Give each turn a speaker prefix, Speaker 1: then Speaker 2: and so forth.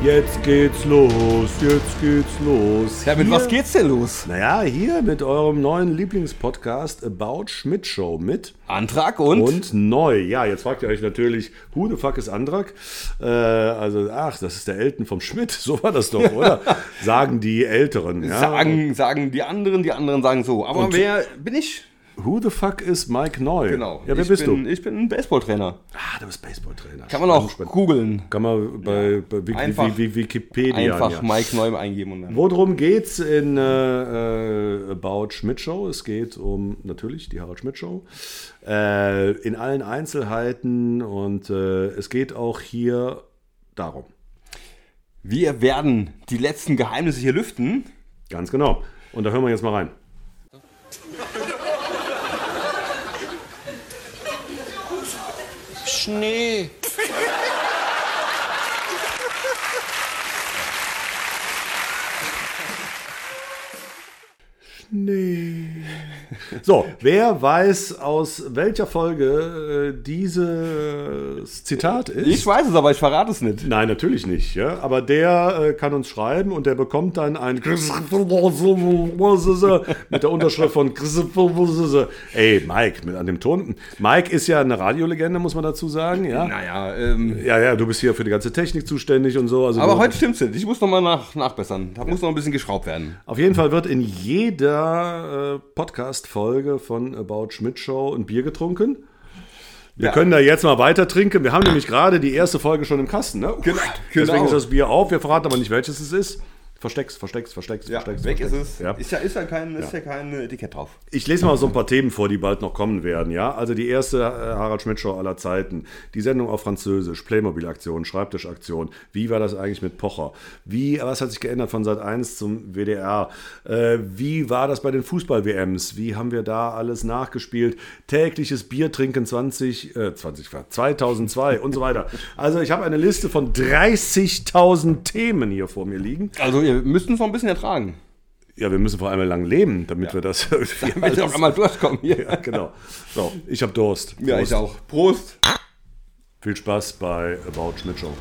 Speaker 1: Jetzt geht's los, jetzt geht's los.
Speaker 2: Ja, mit
Speaker 1: Hier-
Speaker 2: was geht's denn los?
Speaker 1: Naja, hier mit eurem neuen Lieblingspodcast About Schmidt Show mit
Speaker 2: Antrag und?
Speaker 1: und neu. Ja, jetzt fragt ihr euch natürlich, who the fuck ist Andrak? Äh, also, ach, das ist der Elten vom Schmidt. So war das doch, oder? Sagen die Älteren. Ja?
Speaker 2: sagen, sagen die anderen, die anderen sagen so. Aber wer bin ich?
Speaker 1: Who the fuck ist Mike Neu?
Speaker 2: Genau.
Speaker 1: Ja, wer
Speaker 2: ich
Speaker 1: bist
Speaker 2: bin,
Speaker 1: du?
Speaker 2: Ich bin ein Baseballtrainer.
Speaker 1: Ah, du bist Baseballtrainer.
Speaker 2: Kann man auch
Speaker 1: Spannend.
Speaker 2: googeln.
Speaker 1: Kann man bei, bei Wiki,
Speaker 2: Einfach-
Speaker 1: Wi- Wi- Wikipedia.
Speaker 2: Einfach
Speaker 1: ja.
Speaker 2: Mike Neum eingeben und dann.
Speaker 1: Worum geht's in äh, äh, About Schmidt Show? Es geht um natürlich die Harald Schmidt Show äh, in allen Einzelheiten und äh, es geht auch hier darum.
Speaker 2: Wir werden die letzten Geheimnisse hier lüften.
Speaker 1: Ganz genau. Und da hören wir jetzt mal rein.
Speaker 3: Schnee.
Speaker 1: Nee. So, wer weiß, aus welcher Folge äh, dieses Zitat ist?
Speaker 2: Ich weiß es, aber ich verrate es nicht.
Speaker 1: Nein, natürlich nicht. Ja? Aber der äh, kann uns schreiben und der bekommt dann ein mit der Unterschrift von Ey, Mike, mit an dem Ton. Mike ist ja eine Radiolegende, muss man dazu sagen. Ja,
Speaker 2: Naja, ähm,
Speaker 1: ja, ja du bist hier für die ganze Technik zuständig und so. Also
Speaker 2: aber
Speaker 1: du,
Speaker 2: heute stimmt's nicht. Ich muss nochmal nach, nachbessern. Da muss noch ein bisschen geschraubt werden.
Speaker 1: Auf jeden Fall wird in jeder äh, Podcast-Folge von About Schmidt Show ein Bier getrunken. Wir
Speaker 2: Ja.
Speaker 1: können da jetzt mal weiter trinken. Wir haben nämlich gerade die erste Folge schon im Kasten. Ne?
Speaker 2: Genau,
Speaker 1: Deswegen
Speaker 2: genau.
Speaker 1: ist das Bier auf. Wir verraten aber nicht, welches es ist. Versteck's, versteck's, versteck's,
Speaker 2: Ja,
Speaker 1: versteck's.
Speaker 2: weg ist
Speaker 1: versteck's.
Speaker 2: es.
Speaker 1: Ja.
Speaker 2: Ist ja, ist ja kein, ist ja kein äh, Etikett drauf.
Speaker 1: Ich lese mal so ein paar Themen vor, die bald noch kommen werden. Ja, also die erste äh, Harald Schmidt Show aller Zeiten, die Sendung auf Französisch, Playmobil-Aktion, Schreibtischaktion. Wie war das eigentlich mit Pocher? Wie, was hat sich geändert von Sat 1 zum WDR? Äh, wie war das bei den Fußball-WMs? Wie haben wir da alles nachgespielt? Tägliches Bier trinken 20, äh, 20, 2002 und so weiter. Also ich habe eine Liste von 30.000 Themen hier vor mir liegen.
Speaker 2: Also, ihr müsst uns noch ein bisschen ertragen.
Speaker 1: Ja, wir müssen vor allem lang leben, damit wir das irgendwie
Speaker 2: Damit wir auch Also, einmal durchkommen hier.
Speaker 1: ja, genau. So, ich habe Durst.
Speaker 2: Ja,
Speaker 1: Prost.
Speaker 2: ich auch. Prost.
Speaker 1: Viel Spaß bei About Schmidt Show.